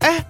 哎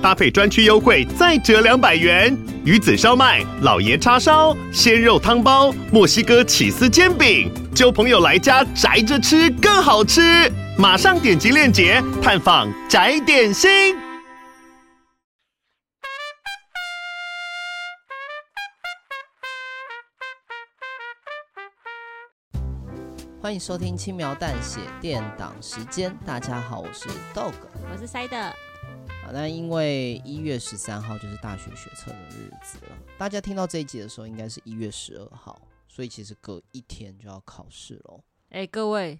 搭配专区优惠再折两百元。鱼子烧麦、老爷叉烧、鲜肉汤包、墨西哥起司煎饼，就朋友来家宅着吃更好吃。马上点击链接探访宅点心。欢迎收听轻描淡写电档时间，大家好，我是 Dog。我是塞的，啊，那因为一月十三号就是大学学测的日子了，大家听到这一集的时候应该是一月十二号，所以其实隔一天就要考试 喽。哎、各位，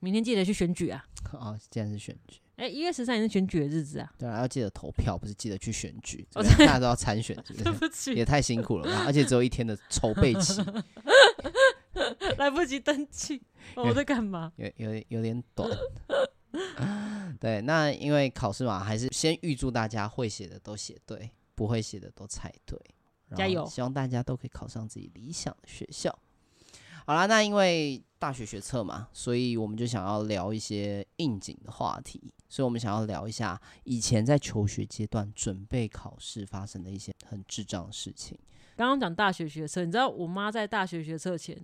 明天记得去选举啊！啊，既然是选举，哎、一月十三也是选举的日子啊！当然要记得投票，不是记得去选举，哦怎么样大家都要参选，是不对是 不也起，太辛苦了吧？而且只有一天的筹备期，来不及登记，哎哦我在干嘛？有有点有点短。 对，那因为考试嘛，还是先预祝大家会写的都写对，不会写的都猜对，然加后油希望大家都可以考上自己理想的学校。好啦，那因为大学学测嘛，所以我们就想要聊一些应景的话题，所以我们想要聊一下以前在求学阶段准备考试发生的一些很智障的事情。刚刚讲大学学测，你知道我妈在大学学测前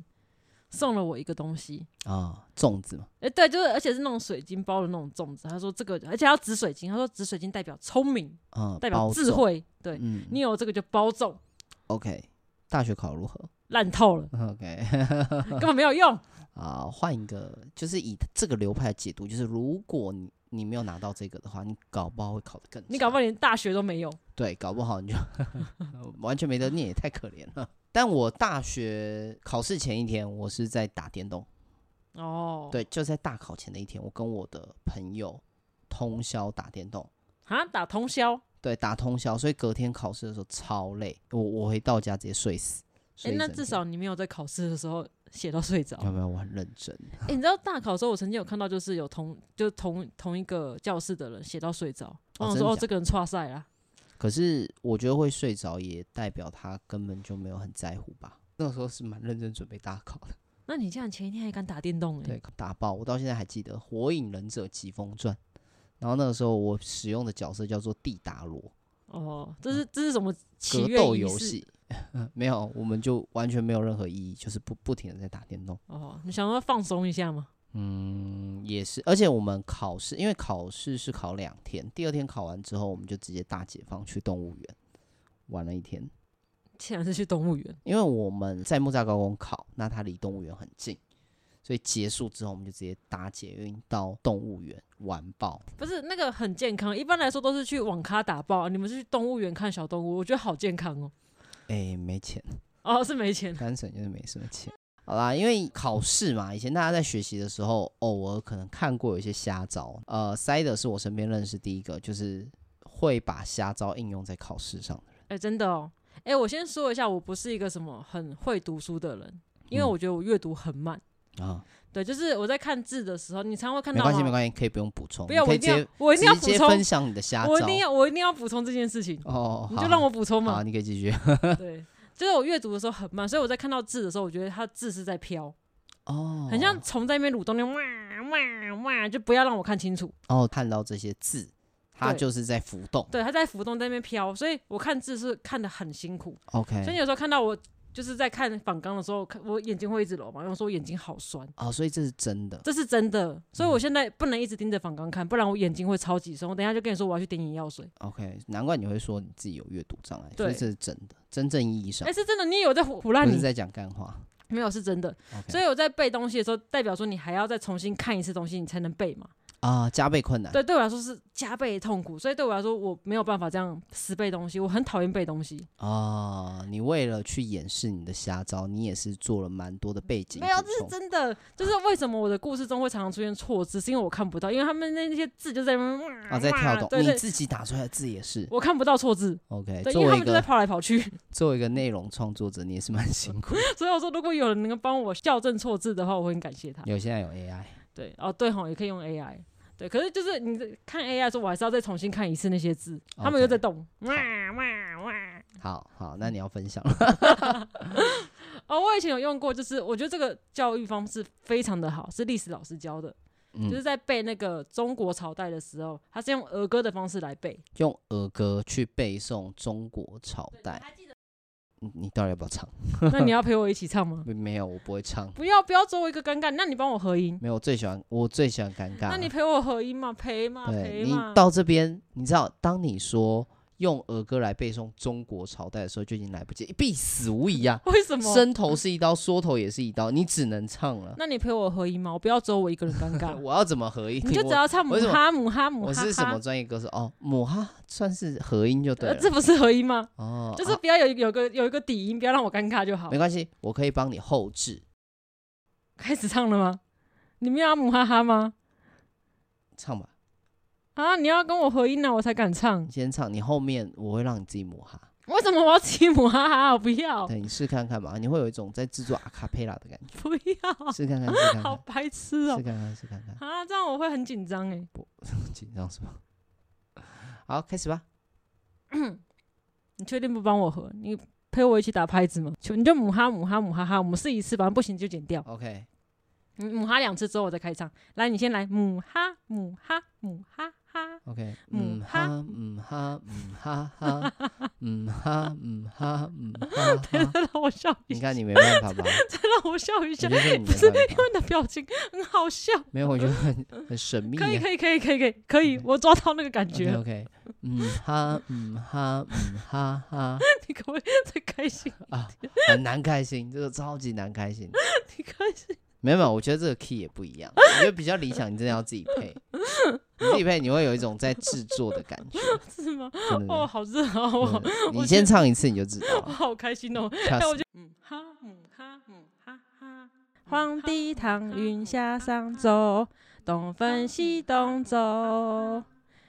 送了我一个东西，啊，粽子嘛，哎、对，就是而且是那种水晶包的那种粽子。她说这个，而且要紫水晶，她说紫水晶代表聪明，啊，代表包智粽，慧，对嗯，你有这个就包粽， OK，大学考如何 烂透了， ？OK，根本没有用。啊，换一个，就是以这个流派的解读，就是如果你你没有拿到这个的话，你搞不好会考得更差，你搞不好连大学都没有。对，搞不好 你就完全没得念，也太可怜了。但我大学考试前一天，我是在打电动，哦，，对，就在大考前的一天，我跟我的朋友通宵打电动，啊，打通宵。对，打通宵，所以隔天考试的时候超累，我我回到家直接睡死。哎、睡一那整至天少你没有在考试的时候写到睡着。没有没有，我很认真。哎、你知道大考的时候，我曾经有看到，就是有同就同同一个教室的人写到睡着，我想真的说哦，假这个人差赛啦。可是我觉得会睡着，也代表他根本就没有很在乎吧。那个时候是蛮认真准备大考的，那你这样前一天还敢打电动哎、对，打爆！我到现在还记得《火影忍者疾风传》，然后那个时候我使用的角色叫做地达罗，哦，这是这是什么祈嗯格愿斗仪游式戏， 没有，我们就完全没有任何意义，就是不不停的在打电动。哦？你想说放松一下吗？嗯，也是，而且我们考试，因为考试是考两天，第二天考完之后，我们就直接大解放去动物园玩了一天。竟然是去动物园，因为我们在木栅高工考，那它离动物园很近，所以结束之后我们就直接搭捷运到动物园玩爆。不是那个很健康。一般来说都是去网咖打爆，啊你们是去动物园看小动物，我觉得好健康哦。哎、没钱，哦，是没钱，单纯就是没什么钱。好啦，因为考试嘛，以前大家在学习的时候，偶尔可能看过有一些瞎招。呃，塞德是我身边认识第一个，就是会把瞎招应用在考试上的人。哎、真的哦。哎、我先说一下，我不是一个什么很会读书的人，因为嗯我觉得我阅读很慢。啊，对，就是我在看字的时候，你常会看没到关系，嘛没关系，可以不用补充，不要，你可我以直接一定要，我一定要直补接充分，享你的瞎招。我一定要，我一定要补充这件事情，哦，你就让我我补充好，嘛。你可以继续。对，就是我阅读的时候很慢，所以我在看到字的时候，我觉得它字是在飘，哦，很像虫在那边蠕动，那样哇哇哇，就不要让我看清楚。哦，看到这些字，它对就是在浮动。对，它在浮动，在那边飘，所以我看字是看得很辛苦。所以 OK，有时候看到我就是在看反纲的时候，看我眼睛会一直揉嘛，然后说我眼睛好酸。哦，所以这是真的。这是真的，所以嗯我现在不能一直盯着反纲看，不然我眼睛会超级酸。我等一下就跟你说我要去点眼药水。 OK，难怪你会说你自己有阅读障碍，所以对这是真的，真正意义上哎、是真的，你也有在胡胡乱不你是在讲干话。没有是真的。 OK，所以我在背东西的时候，代表说你还要再重新看一次东西，你才能背嘛。啊，加倍困难。对，对我来说是加倍的痛苦，所以对我来说我没有办法这样死背东西，我很讨厌背东西。哦，你为了去掩饰你的瞎招，你也是做了蛮多的背景没有，补这是充真的。就是为什么我的故事中会常常出现错字，是因为我看不到，因为他们那那些字就在那边啊，在跳动，对你对，自己打出来的字也是。我看不到错字， OK，对，因哎作为他为一们就在个跑来跑去。 作为一个内容创作者，你也是蛮辛苦的。嗯所以我说，如果有人能够帮我校正错字的话，我会很感谢他。有现在有 AI，对，哦对吼，也可以用 AI。对，可是就是你这看 AI 的时候，我还是要再重新看一次那些字，他们又在动，哇哇哇！好好，那你要分享 哦，我以前有用过，就是我觉得这个教育方式非常的好，是历史老师教的，嗯就是在背那个中国朝代的时候，他是用儿歌的方式来 背。用儿歌去背诵中国朝代。你你到底要不要唱？那你要陪我一起唱吗？没没有，我不会唱。不要不要做我一个尴尬，那你帮我合音，没有，我最喜欢我最喜欢尴尬。那你陪我合音嘛，陪嘛啊对陪你嘛。到这边，你知道，当你说用儿歌来背诵中国朝代的时候，就已经来不及，必死无疑啊！为什么？伸头是一刀，缩头也是一刀，你只能唱了。那你陪我合音嘛，我不要只有我一个人尴尬， 我要怎么合音？你就只我要唱母为什么哈母哈母我哈是什么哈。专业歌手？哦，母哈算是合音就对呃，了。这不是合音吗？哦，就是啊不要有有个有一个底音，不要让我尴尬就好没。关系，我可以帮你后置。开始唱了吗？你们要母哈哈吗？唱吧，啊，你要跟我合音呢、我才敢唱你。先唱，你后面我会让你自己母哈。为什么我要骑母哈哈？我不要，对你试看看嘛，你会有一种在制作阿卡贝拉的 感觉。 不要，试看看，试看好看，白痴哦、试看看，试看看，啊，这样我会很紧张哎。紧张是吧？好，开始吧。你确定不帮我合？你陪我一起打拍子吗？求你就母哈母哈母哈哈，我们试一次吧，不行就剪掉。 OK，你母哈两次之后我再开唱。来，你先来母哈母哈母哈 哈。 OK，嗯嗯哈哈嗯哈嗯哈 哈，嗯哈嗯哈嗯哈哈。再让我笑一你下，看你没办法吧？再让我笑一我觉下。得你没不 是办因为法，你的表情 很好笑，没有，我觉得很很神秘可以啊。可以可以可以可以可以，我抓到那个感 OK 觉了。 OK，嗯哈嗯哈嗯哈哈， 啊你可不可以再开心？ 很难开心，这个超级难开心。你开心？没有没有，我觉得这个 key 也不 一样，我觉得比较理想，你真的要自己配，你自己配你会有一种在制作的感觉，是吗？真的。哦，好热哦，真我的你我先觉得唱一次你就知道我了。 好开心哦。吓 哎，死我就嗯哈嗯哈嗯哈哈。嗯皇帝躺云下上奏，东风西东走。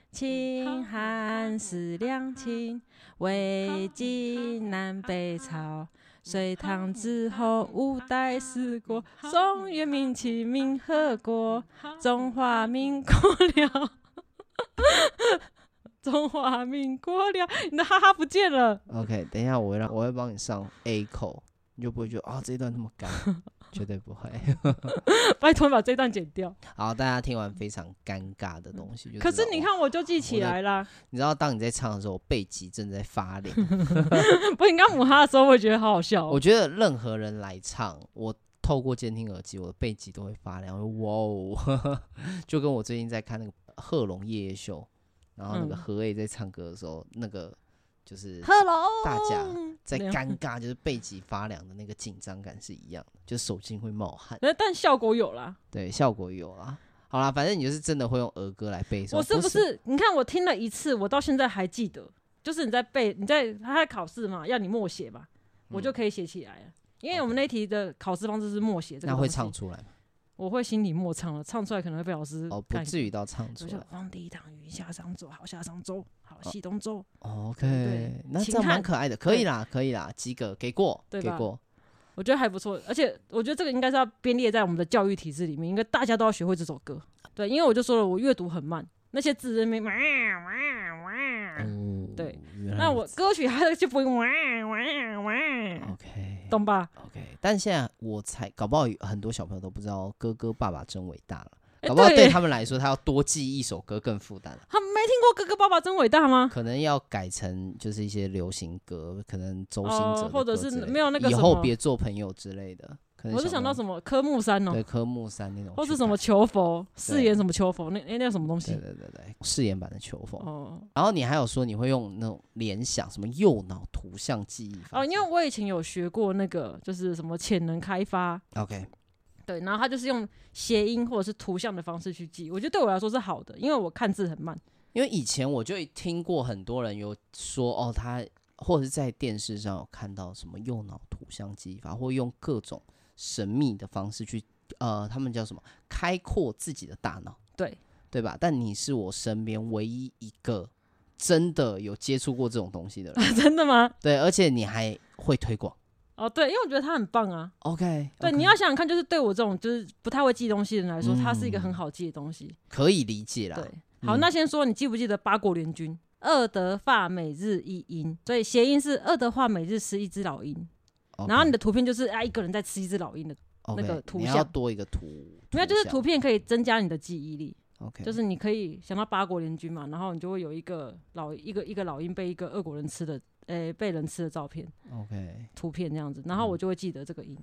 秦汉史两秦，魏晋南北朝。隋唐之后，五代十国，中原明清民和国，中华民国了， 中华民国了，你的哈哈不见了。 OK，等一下我会让我会帮你上 A 口，你就不会觉得啊、这一段那么 干，绝对不会。 拜托你把这一段剪掉。好，大家听完非常尴尬的东西就知道，可是你哇，看，我就记起来啦。 你知道当你在唱的时候，背脊正在发凉。不，你刚母哈的时候，我也觉得好好笑哦、我觉得任何人来唱，我透过监听耳机，我的背脊都会发凉。我就哇哦， 就跟我最近在看那个贺龙夜夜秀，然后那个嗯何 A 在唱歌的时候，那个就是，Hello，大家在凉尴尬，就是背脊发凉的那个紧张感是一样的，就手心会冒汗。呃但效果有啦。对，效果有啦。好啦，反正你就是真的会用儿歌来背诵。我是不不？是？你看我听了一次，我到现在还记得。就是你在背，你在他在考试嘛，要你默写嘛，我嗯就可以写起来了。因为我们那题的考试方式是默写，这那个会东西唱，出来吗？我会心里默唱了，唱出来可能会被老师哦，不看。至于到唱我出就来。哦皇帝堂云下商周，好下商周，好西东周， OK，那这秦样蛮汉可爱的，可以对啦，可以啦，及格，给过，对给吧过。我觉得还不错，而且我觉得这个应该是要编列在我们的教育体制里面，应该大家都要学会这首歌。对，因为我就说了，我阅读很慢，那些字在那边哇哇哇，哦，对原来那如我歌曲它就不会哇哇哇， OK 懂吧？ OK，但现在我才搞不好有很多小朋友都不知道“哥哥爸爸真伟大”了，哎搞不好对对耶他们来说，他要多记一首歌更负担了。他们没听过《哥哥爸爸真伟大》吗？可能要改成就是一些流行歌，可能周兴哲的哦，或者歌之是类没有那个以什后么，别做朋友之类的。可能我是想到么什么科目三哦，对科目三那种去改，或是什么求佛对饰演什么求佛，那那那叫什么东对西？对对对饰演版的球风。哦然后你还有说你会用那种联想什么右脑图像记忆法哦，因为我以前有学过那个，就是什么潜能开发， OK 对，然后他就是用谐音或者是图像的方式去记，我觉得对我来说是好的，因为我看字很慢。因为以前我就听过很多人有说哦，他或者是在电视上有看到什么右脑图像记忆法，或用各种神秘的方式去呃，他们叫什么开阔自己的大脑，对对吧？但你是我身边唯一一个真的有接触过这种东西的人， 真的吗？对，而且你还会推广，哦，对，因为我觉得他很棒啊。 OK，对，你要想想看，就是对我这种就是不太会记东西的人来说，它是一个嗯很好记的东西。可以理解啦。嗯对，好，那先说你记不记得八国联军？嗯二德法美日一鹰，所以谐音是二德法美日吃一只老鹰。 OK，然后你的图片就是啊，一个人在吃一只老鹰的， OK，那个图你要像多一个图，没有，就是像图片可以增加你的记忆力， OK，就是你可以想到八国联军嘛，然后你就会有一个老一个一个老鹰被一个俄国人吃的，诶、被人吃的照片 OK，图片这样子，然后我就会记得这个鹰。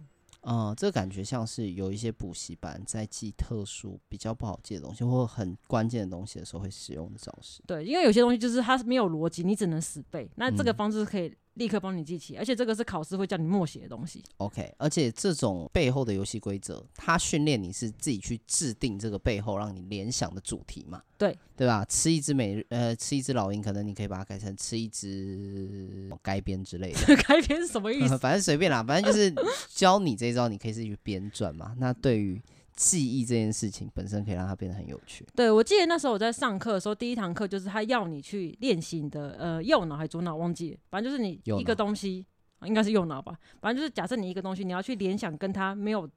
嗯，这感觉像是有一些补习班在记特殊、比较不好记的东西或很关键的东西的时候会使用的招式。对，因为有些东西就是它是没有逻辑，你只能死背。那这个嗯方式可以立刻帮你记起，而且这个是考试会叫你默写的东西。 OK，而且这种背后的游戏规则，它训练你是自己去制定这个背后让你联想的主题嘛？对，对吧？吃一只美呃，吃一只老鹰，可能你可以把它改成吃一只该编之类的。开篇是什么意 思？反正随便啦，反正就是教你这一招，你可以自己去编撰嘛。那对于记忆这件事情本身，可以让它变得很有趣。对，我记得那时候我在上课的时候，第一堂课就是他要你去练习你的呃右脑还是左脑，忘记了，反正就是你右一个脑东西，啊应该是右脑吧，反正就是假设你一个东西，你要去联想跟它没有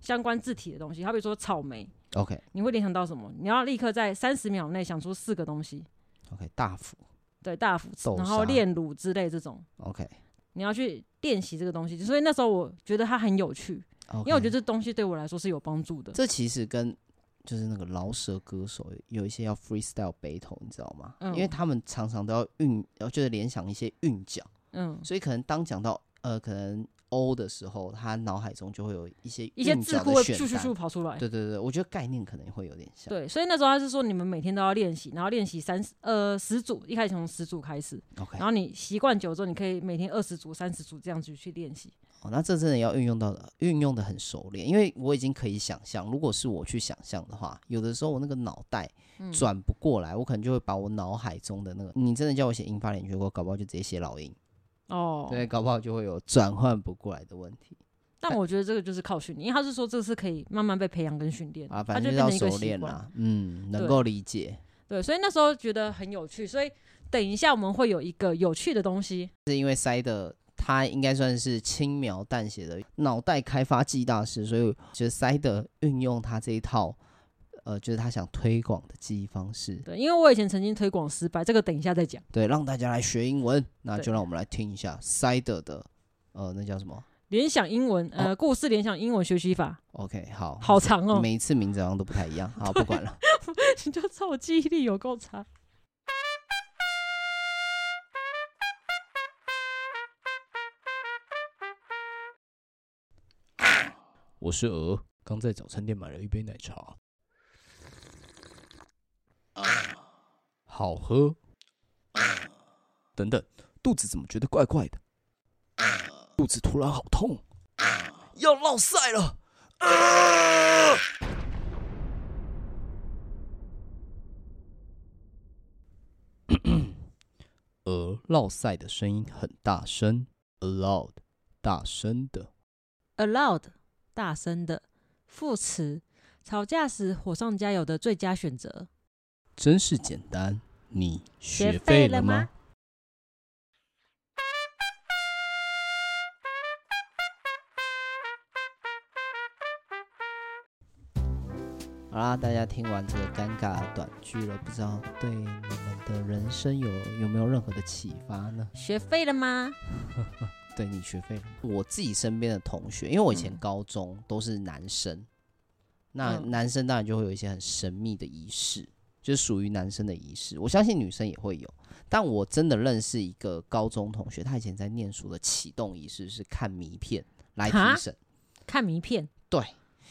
相关字体的东西，好比说草莓， OK 你会联想到什么？你要立刻在三十秒内想出四个东西， OK，大幅对，大福豆，然后沙炼乳之类这种， OK 你要去练习这个东西，所以那时候我觉得它很有趣， OK，因为我觉得这东西对我来说是有帮助的。这其实跟就是那个饶舌歌手有一些要 freestyle battle，你知道吗？因为嗯他们常常都要韵，呃就是联想一些韵脚，嗯，所以可能当讲到呃可能 O 的时候，他脑海中就会有一些一些韵字脚库的会选咻咻咻单。跑出来。对对对，我觉得概念可能会有点像。对，所以那时候他是说你们每天都要练习，然后练习三十呃十组，一开始从十组开始， OK，然后你习惯久之后，你可以每天二十组、三十组这样子去练习。哦，那这真的要运用到运用的很熟练，因为我已经可以想象，如果是我去想象的话，有的时候我那个脑袋嗯转不过来，我可能就会把我脑海中的那个，你真的叫我写英发连续我搞不好就直接写老鹰，哦，对，搞不好就会有转换不过来的问题但我觉得这个就是靠训练，因为他是说这是可以慢慢被培养跟训练，啊，嗯它反正就是就变要成一个熟习练惯。啦，嗯，能对够理解，对，所以那时候觉得很有趣，所以等一下我们会有一个有趣的东西，是因为塞的。他应该算是轻描淡写的脑袋开发技大师，所以就是塞德运用他这一套，呃，就是他想推广的记忆方式，对，因为我以前曾经推广失败，这个等一下再讲。对，让大家来学英文。那对就让我们来听一下 Cider 的，呃，那叫什么联想英文，哦呃，故事联想英文学习法， ？OK，好，好长哦，每一次名字好像都不太一样。好，不管了。你 就知道我记忆力有够差。我是鹅，刚在早餐店买了一杯奶茶，好喝。等等，肚子怎么觉得怪怪的？肚子突然好痛，要落塞了。啊 鹅落塞的声音很大声，loud，大声的。 Aloud，大声的副词，吵架时火上加油的最佳选择。真是简单。你学学废废了了吗吗？好啦，大家听完这个尴尬的短剧了，不知道对你们的人生有有没有任何的启发呢？学废了吗？对你学费，我自己身边的同学，因为我以前嗯高中都是男生，那嗯男生当然就会有一些很神秘的仪式，就是属于男生的仪式。我相信女生也会有，但我真的认识一个高中同学，他以前在念书的启动仪式是看迷片来提哈神，看迷片，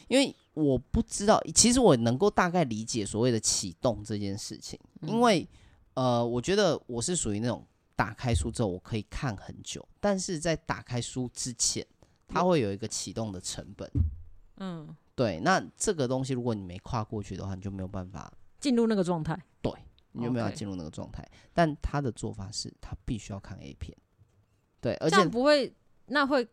因为我不知道，其实我能够大概理解所谓的启动这件事情，嗯因为呃，我觉得我是属于那种打开书之后我可以看很久，但是在打开书之前，它会有一个启动的成本。嗯，对，那这个东西如果你没跨过去的话，你就没有办法，进入那个状态。你就没有办 OK 法进入那个状态。但他的做法是他必须要看 A 片，对，而这样且不会，那会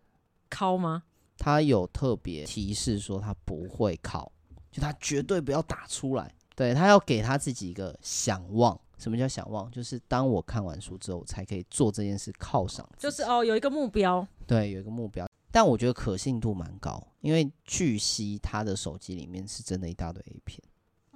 敲吗？他有特别提示说他不会考，就他绝对不要打出来，对他要给他自己一个想望，什么叫想望？就是当我看完书之后，我才可以做这件事犒赏自就己。是哦，有一个目标，对，有一个目标，但我觉得可信度蛮高，因为据悉他的手机里面是真的一大堆 A 片，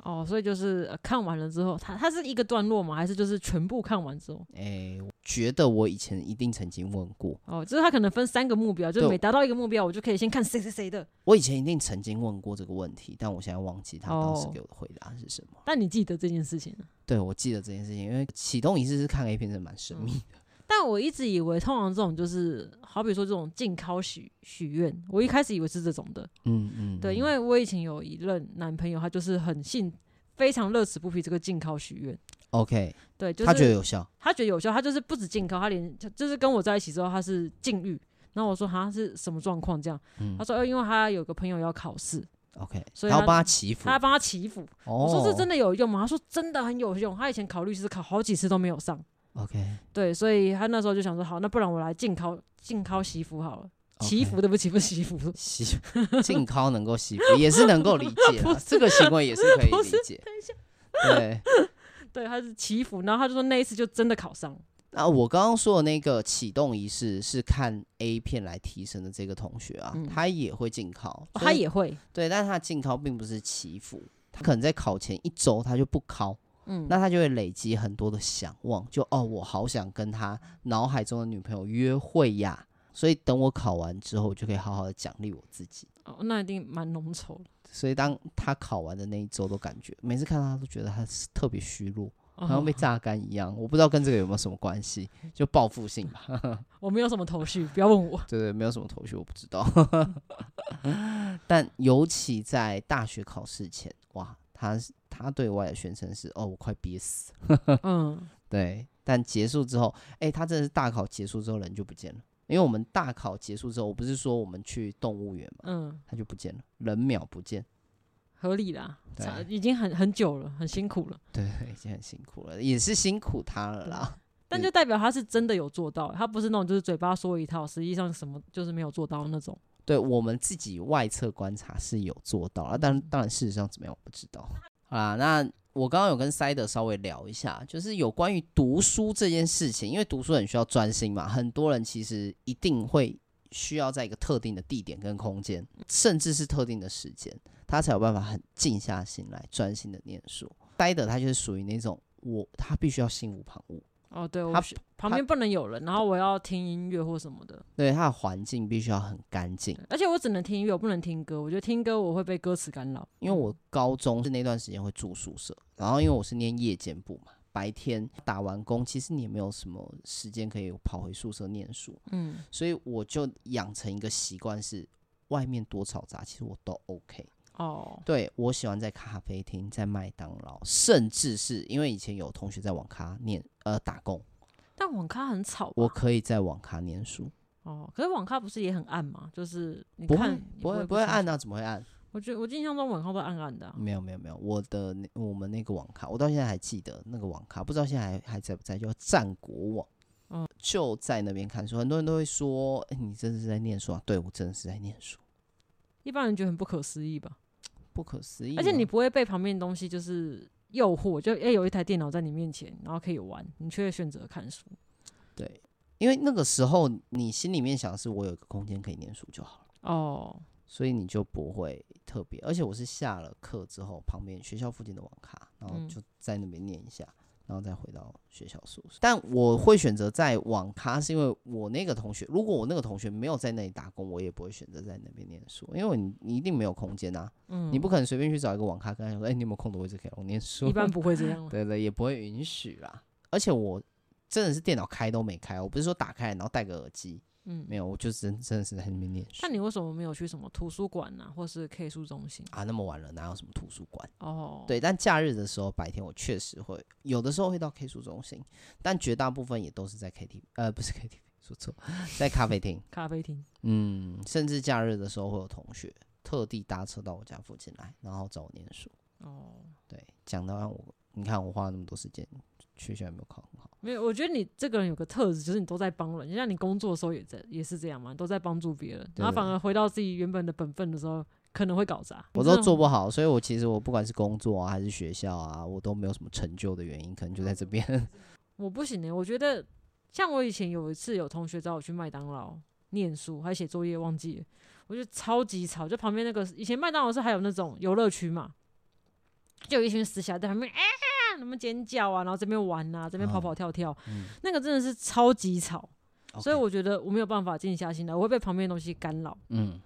哦，所以就是、呃看完了之后，它它是一个段落吗？还是就是全部看完之后？哎，我觉得我以前一定曾经问过，哦，就是它可能分三个目标，就是对每达到一个目标，我就可以先看谁谁谁的。我以前一定曾经问过这个问题，但我现在忘记他当时哦给我的回答是什么。但你记得这件事情啊？对，我记得这件事情，因为启动仪式是看 A 片真的蛮神秘的。但我一直以为，通常这种就是好比说这种健康许许愿，我一开始以为是这种的。嗯嗯，对，因为我以前有一任男朋友，他就是很信，非常乐此不疲这个健康许愿。 OK，对，就是他觉得有效。他觉得有效，他就是不止禁靠，他连就就是跟我在一起之后，他是禁欲。然后我说哈是什么状况这样？嗯他说、呃、因为他有个朋友要考试， OK，所以然后他帮他祈福。他帮他祈福。哦，我说这真的的有用吗？他说真的很有用。他以前考律师考好几次都没有上， OK，对，所以他那时候就想说好，那不然我来禁考禁考祈福好了。祈 OK 福，对不起，不是祈福， 洗静康能够洗福 也是能够理解 啦，这个行为也是可以不理是解。对，对，他是祈福。然后他就说那一次就真的考上了。那啊我刚刚说的那个启动仪式是看 A 片来提升的这个同学啊，嗯他也会静考，哦所他以也会，对，但是他静考并不是祈福，他可能在考前一周他就不考，嗯，那他就会累积很多的想望，就哦，我好想跟他脑海中的女朋友约会呀。所以等我考完之后，我就可以好好的奖励我自己。哦，那一定蛮浓稠的。所以当他考完的那一周，都感觉每次看到他都觉得他是特别虚弱，好像被哦榨干一样。我不知道跟这个有没有什么关系，就报复性吧。我没有什么头绪，不要问我。对对，没有什么头绪，我不知道。 但尤其在大学考试前，哇，他他对外的宣称是哦，我快憋死了。嗯，对，但结束之后，哎，他真的是大考结束之后人就不见了。因为我们大考结束之后，我不是说我们去动物园嘛，嗯，他就不见了，人秒不见。 合理啦，对差已经很很久了，很辛苦了，对，已经很辛苦了，也是辛苦他了啦。但嗯就代表他是真的有做到，他不是那种就是嘴巴说一套，实际上什么就是没有做到那种。对我们自己外侧观察是有做到了，但当然事实上怎么样我不知道。好啦，那我刚刚有跟塞德稍微聊一下，就是有关于读书这件事情，因为读书很需要专心嘛，很多人其实一定会需要在一个特定的地点跟空间，甚至是特定的时间，他才有办法很静下心来专心的念书。塞德他就是属于那种我他必须要心无旁骛，哦，对，我他是旁边不能有人，然后我要听音乐或什么的，对他的环境必须要很干净。而且我只能听音乐，我不能听歌。我觉得听歌我会被歌词干扰，因为我高中是那段时间会住宿舍，然后因为我是念夜间部嘛，白天打完工，其实你也没有什么时间可以跑回宿舍念书，嗯，所以我就养成一个习惯是。外面多嘈杂，其实我都 OK。哦，对我喜欢在咖啡厅、在麦当劳，甚至是因为以前有同学在网咖念呃打工，但网咖很吵吧，我可以在网咖念书，哦，可是网咖不是也很暗吗？就是你不看会也不会不不会清按楚啊，嗯怎么会按？我觉得我印象中网咖都暗暗的啊、没有没有没有，我的那我们那个网咖，我到现在还记得那个网咖，不知道现在还还在不在，叫战国网。嗯就在那边看书，很多人都会说：“哎、你真的是在念书啊？”对我真的是在念书，一般人觉得很不可思议吧。不可思议啊吗。而且你不会被旁边的东西就是诱惑，就哎、诶有一台电脑在你面前，然后可以玩，你却选择看书。对，因为那个时候你心里面想的是我有一个空间可以念书就好了，哦，所以你就不会特别。而且我是下了课之后，旁边学校附近的网咖，然后嗯就在那边念一下，然后再回到学校宿舍。但我会选择在网咖，是因为我那个同学，如果我那个同学没有在那里打工，我也不会选择在那边念书，因为你你一定没有空间啊，嗯，你不可能随便去找一个网咖跟他讲说，哎、你有没有空的位置可以让我念书？。一般不会这样对对，也不会允许啦。而且我真的是电脑开都没开，我不是说打开然后戴个耳机，嗯，没有，我就真真的是在那边念书那。你为什么没有去什么图书馆啊，或是 K 书中心？啊，那么晚了，哪有什么图书馆？哦，，对，但假日的时候，白天我确实会有的时候会到 K 书中心，但绝大部分也都是在 KTV，呃，不是 KTV，说 错，在咖啡厅。咖啡厅。嗯，甚至假日的时候会有同学特地搭车到我家附近来，然后找我念书。哦，对，讲到让我，你看我花了那么多时间，学校也没有考很好。没有，我觉得你这个人有个特质，就是你都在帮人，就像你工作的时候也在也是这样嘛，你都在帮助别人，然后对反而回到自己原本的本分的时候，可能会搞砸。我你真都的做不好，所以我其实我不管是工作啊还是学校啊，我都没有什么成就的原因，可能就在这边。我不行呢、欸我觉得像我以前有一次有同学找我去麦当劳念书，还写作业忘记了，我就超级吵，就旁边那个以前麦当劳是还有那种游乐区嘛，就有一群死小孩在旁边啊，什么尖叫啊，然后这边玩啊，这边跑嗯跑跳跳，嗯那个真的是超级吵， 所以 OK，我觉得我没有办法静下心来，我会被旁边的东西干扰。嗯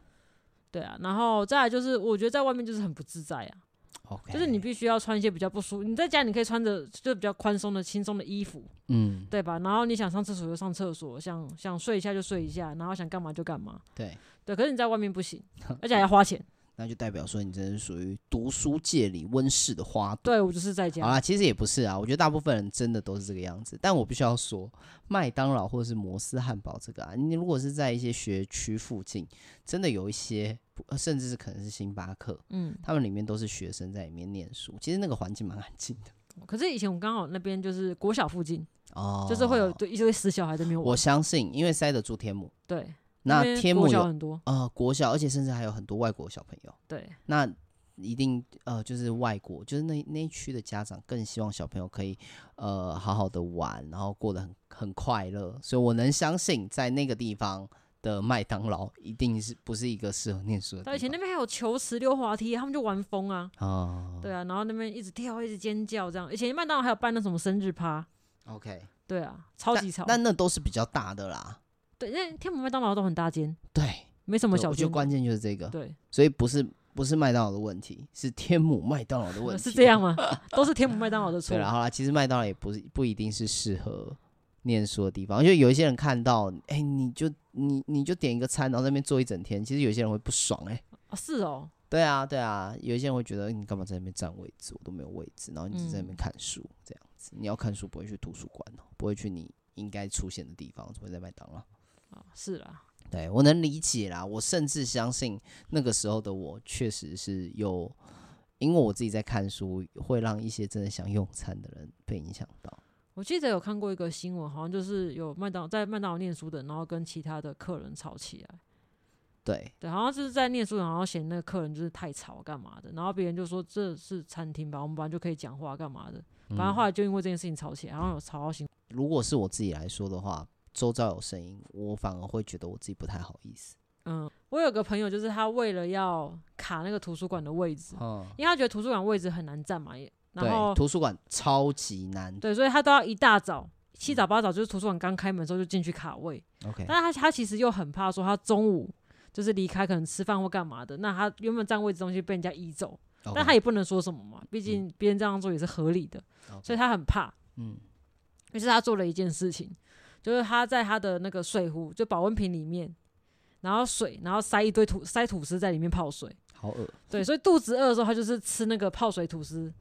对啊，然后再来就是，我觉得在外面就是很不自在啊， ，OK，就是你必须要穿一些比较不舒服。你在家你可以穿着就比较宽松的、轻松的衣服，嗯对吧？然后你想上厕所就上厕所，想想睡一下就睡一下，然后想干嘛就干嘛。对， 对，可是你在外面不行，而且还要花钱。那就代表说你真的是属于读书界里温室的花朵。对我就是在好家，啦，其实也不是啊，我觉得大部分人真的都是这个样子。但我必须要说，麦当劳或者是摩斯汉堡这个啊，你如果是在一些学区附近，真的有一些，呃甚至是可能是星巴克，嗯。他们里面都是学生在里面念书，其实那个环境蛮安静的可是以前我刚好那边就是国小附近，哦就是会有对一堆死小孩在那边我玩。相信，因为塞得住天母，对，那边天国母小有很多。呃国小，而且甚至还有很多外国小朋友，对，那一定呃就是外国，就是那那一区的家长更希望小朋友可以呃好好的玩，然后过得很很快乐，所以我能相信在那个地方。的麦当劳一定是不是一个适合念书的地但方？以前那边还有球池、溜滑梯，他们就玩疯啊。哦对啊，然后那边一直跳，一直尖叫这样。以前麦当劳还有办那什么生日趴， ，OK，对啊，超级吵。但但那都是比较大的啦，对，因为天母麦当劳都很大间，对，没什么对小我觉间得的。关键就是这个，对，所以不是不是麦当劳的问题，是天母麦当劳的问题， 呃是这样吗？都是天母麦当劳的 错对。啦，好啦，其实麦当劳也不是不一定是适合念书的地方，因为有一些人看到，哎、你就你你就点一个餐，然后在那边坐一整天，其实有些人会不爽、哎，哦是哦，对啊，对啊，有一些人会觉得你干嘛在那边占位置，我都没有位置，然后你只是在那边嗯看书、这样子，你要看书不会去图书馆哦，不会去你应该出现的地方，怎么会在麦当劳？哦是啦，对我能理解啦，我甚至相信那个时候的我确实是有，因为我自己在看书，会让一些真的想用餐的人被影响到。我记得有看过一个新闻，好像就是有麦当在麦当劳念书的，然后跟其他的客人吵起来。对，对，好像就是在念书，然后嫌那个客人就是太吵干嘛的，然后别人就说这是餐厅吧，我们本来就可以讲话干嘛的。嗯反正后来就因为这件事情吵起来，然后有吵到新如果是我自己来说的话，周遭有声音，我反而会觉得我自己不太好意思。嗯，我有个朋友，就是他为了要卡那个图书馆的位置，嗯，因为他觉得图书馆位置很难占嘛，也然后对，图书馆超级难。对，所以他都要一大早七早八早，就是图书馆刚开门的时候就进去卡位。 OK，但是他他其实又很怕说他中午就是离开，可能吃饭或干嘛的，那他原本占位置的东西被人家移走，但他也也不能说什么嘛，毕竟别人这样做也是合理的，所以他很怕。嗯于是他做了一件事情，就是他在他的那个水壶，就保温瓶里面，然后水，然后塞一堆吐塞吐司在里面泡水。好恶，对，所以肚子饿的时候，他就是吃那个泡水吐司。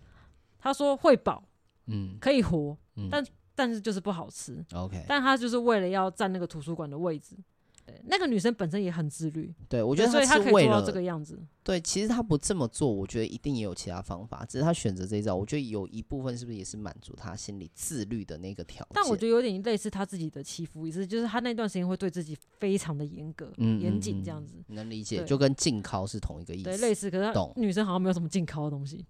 他说会饱，嗯可以活，嗯但是就是不好吃。 ，OK，但他就是为了要占那个图书馆的位置。对那个女生本身也很自律，对我我觉得所以他可是以为做到了这个样子。对，其实他不这么做，我觉得一定也有其他方法，只是他选择这一招，我觉得有一部分是不是也是满足他心里自律的那个条件？但我觉得有点类似他自己的欺负意思，就是他那段时间会对自己非常的严格、嗯严嗯谨嗯这样子。能理解，对就跟禁考是同一个意对，思。类似，可是他懂哦女生好像没有什么禁靠的东西。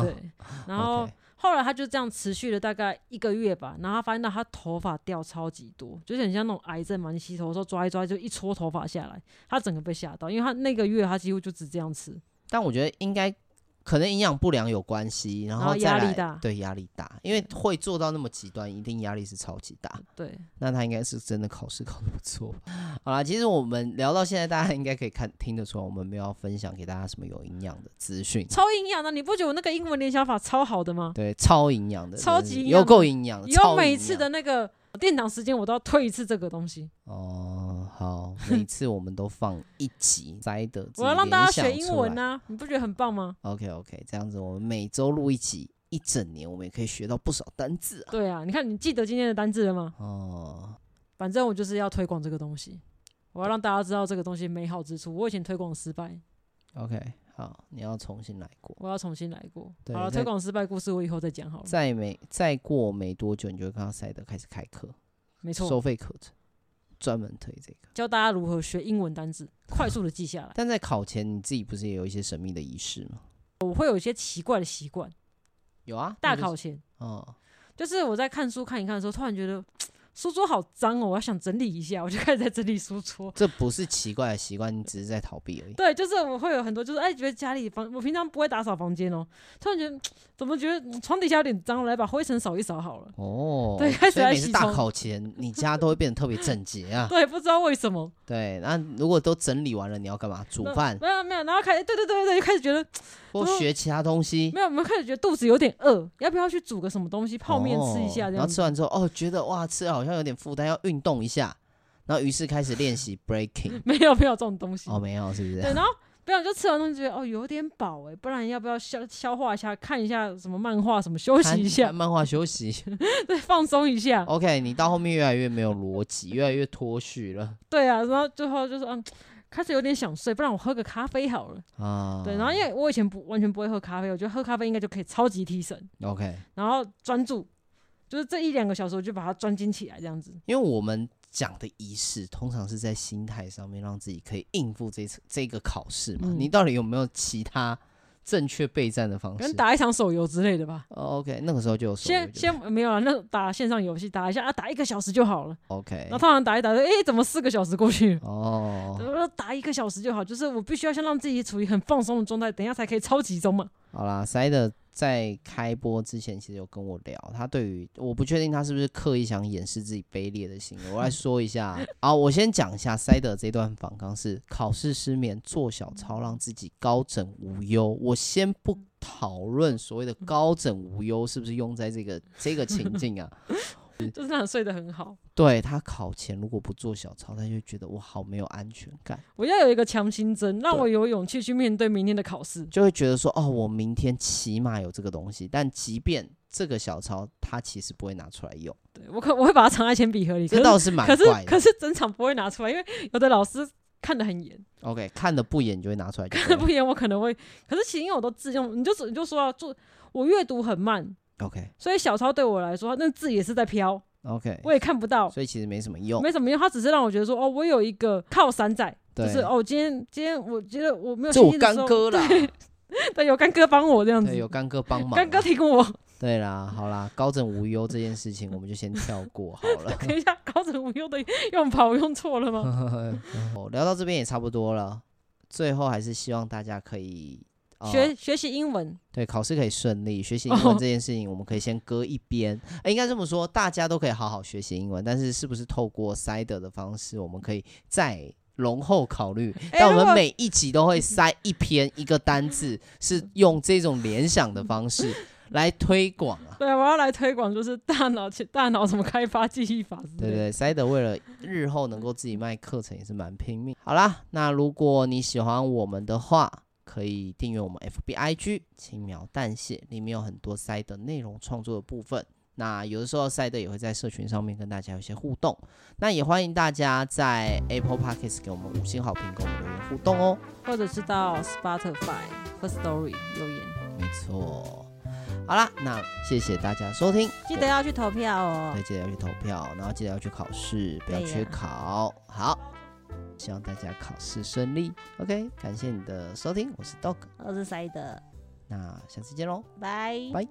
对，然后 OK 后来他就这样持续了大概一个月吧，然后他发现到他头发掉超级多，就是很像那种癌症嘛，你洗头的时候抓一抓就一撮头发下来，他整个被吓到，因为他那个月他几乎就只这样吃，但我觉得应该可能营养不良有关系，然然后后哦再压力来大对压力大，因为会做到那么极端，一定压力是超级大。嗯对，那他应该是真的考试考得不错吧。好啦，其实我们聊到现在，大家应该可以看听得出来，我们没有要分享给大家什么有营养的资讯，超营养的，你不觉得我那个英文联想法超好的吗？对，超营养的，超真的级是营有养的够营养的，以后超每一营次养的那个电脑时间我都要推一次这个东西，哦，好，每次我们都放一集塞的，我要让大家学英文啊呐、你不觉得很棒吗？ OK OK，这样子我们每周录一集，一整年我们也可以学到不少单字啊。对啊，你看你记得今天的单字了吗？哦，反正我就是要推广这个东西，我要让大家知道这个东西美好之处。我以前推广失败， OK，好，你要重新来过。我要重新来过。对好了，再推广失败故事我以后再讲好了。再没再过没多久，你就会看到赛德开始开课，没错收，费课程，专门推这个。教大家如何学英文单字，快速的记下来。但在考前，你自己不是也有一些神秘的仪式吗？我会有一些奇怪的习惯，有啊，大那就是考前哦，就是我在看书看一看的时候，突然觉得书桌好脏哦，我要想整理一下，我就开始在整理书桌。这不是奇怪的习惯，你只是在逃避而已。 对，就是我会有很多，就是哎，觉得家里房，我平常不会打扫房间哦，突然觉得怎么觉得嗯床底下有点脏，我来把灰尘扫一扫好了。 哦，对开始所以在每次洗大冲考前， 你家都会变得特别整洁啊。对，不知道为什么，对，那如果都整理完了，你要干嘛？煮那饭没有没有，然后开始哎对对对对，就开始觉得或嗯学其他东西没，有，我们开始觉得肚子有点饿，要不要去煮个什么东西，泡面吃一哦下这然后样吃子？ 完之后，哦，觉得哇，吃好像有点负担，要运动一下。然后于是开始练习 breaking。没有没有这种东西。哦，没有，是不对，是？然后不然就吃完东西觉得哦有点饱哎，不然要不要消消化一下，看一下什么漫画什么，休息一 看下，漫画休 息。对，放松一下。 OK，你到后面越来越没有逻辑，越来越脱序了对啊，然后最后就是嗯，开始有点想睡，不然我喝个咖啡好了。啊。对，然后因为我以前不完全不会喝咖啡，我觉得喝咖啡应该就可以超级提神， OK，然后专注，就是这一两个小时我就把它专精起来这样子。因为我们讲的仪式通常是在心态上面让自己可以应付这次这个考试嘛。嗯你到底有没有其他正确备战的方可式能？打一场手游之类的吧。哦 OK，那个时候就有手游先就先没有啊，那打线上游戏打一下啊，打一个小时就好了。 OK 然后。通常打一打，哎、怎么四个小时过去了？哦我，说打一个小时就好，就是我必须要先让自己处于很放松的状态，等一下才可以超集中嘛。好啦，塞的在开播之前其实有跟我聊，他对于我不确定他是不是刻意想掩饰自己卑劣的行为。我来说一 下啊，我先讲一下塞德这段访纲是考试失眠，做小抄让自己高枕无忧。我先不讨论所谓的高枕无忧是不是用在这个 这个情境啊， 就是让你睡得很好。对他考前如果不做小抄，他就觉得我好没有安全感。我要有一个强心针，让我有勇气去面对明天的考试。就会觉得说，哦，我明天起码有这个东西。但即便这个小抄，他其实不会拿出来用，对我可我会把它藏在铅笔盒里，可这是倒是蛮可是怪可的。是整场不会拿出来，因为有的老师看得很严， OK，看的不严就会拿出来就看对得了不严我可能会。可是其实因为我都自用，你就只你就说啊，做我阅读很慢， OK 所以小抄对我来说，那字也是在飘， OK，我也看不到。所以其实没什么用。没什么用，它只是让我觉得说，哦，我有一个靠山在，就对，是哦，今天今天我觉得我没有这信我心的干时候，哥啦，对，有干哥帮我这样子对，，有干哥帮忙啊啦。干哥提供我， 对啦，好啦，高枕无忧这件事情我们就先跳过好了。 等一下，高枕无忧的用法我用错了吗？哦，聊到这边也差不多了，最后还是希望大家可以。呃学学习英文，对，考试可以顺利，学习英文哦这件事情，我们可以先搁一边。哎，应该这么说，大家都可以好好学习英文，但是是不是透过 side 的方式，我们可以再容后考虑？诶但如我们果嗯每一集都会塞一篇一个单字，是用这种联想的方式来推广啊。对，我要来推广就是大脑大脑怎么开发记忆法之对类的。对，Side 为了日后能够自己卖课程也是蛮拼命。好啦，那如果你喜欢我们的话，可以订阅我们 FBIG 轻描淡写，里面有很多 Side 内容创作的部分。那有的时候 Side 也会在社群上面跟大家有一些互动，那也欢迎大家在 Apple Podcast 给我们五星好评，跟我们留言互动哦。或者是到 Spotify、First Story 留言，没错，好啦，那谢谢大家收听，记得要去投票哦对，。记得要去投票，然后记得要去考试，不要对呀缺考。好，希望大家考试顺利。OK，感谢你的收听，我是 Dog，我是 Side，那下次见喽，拜拜。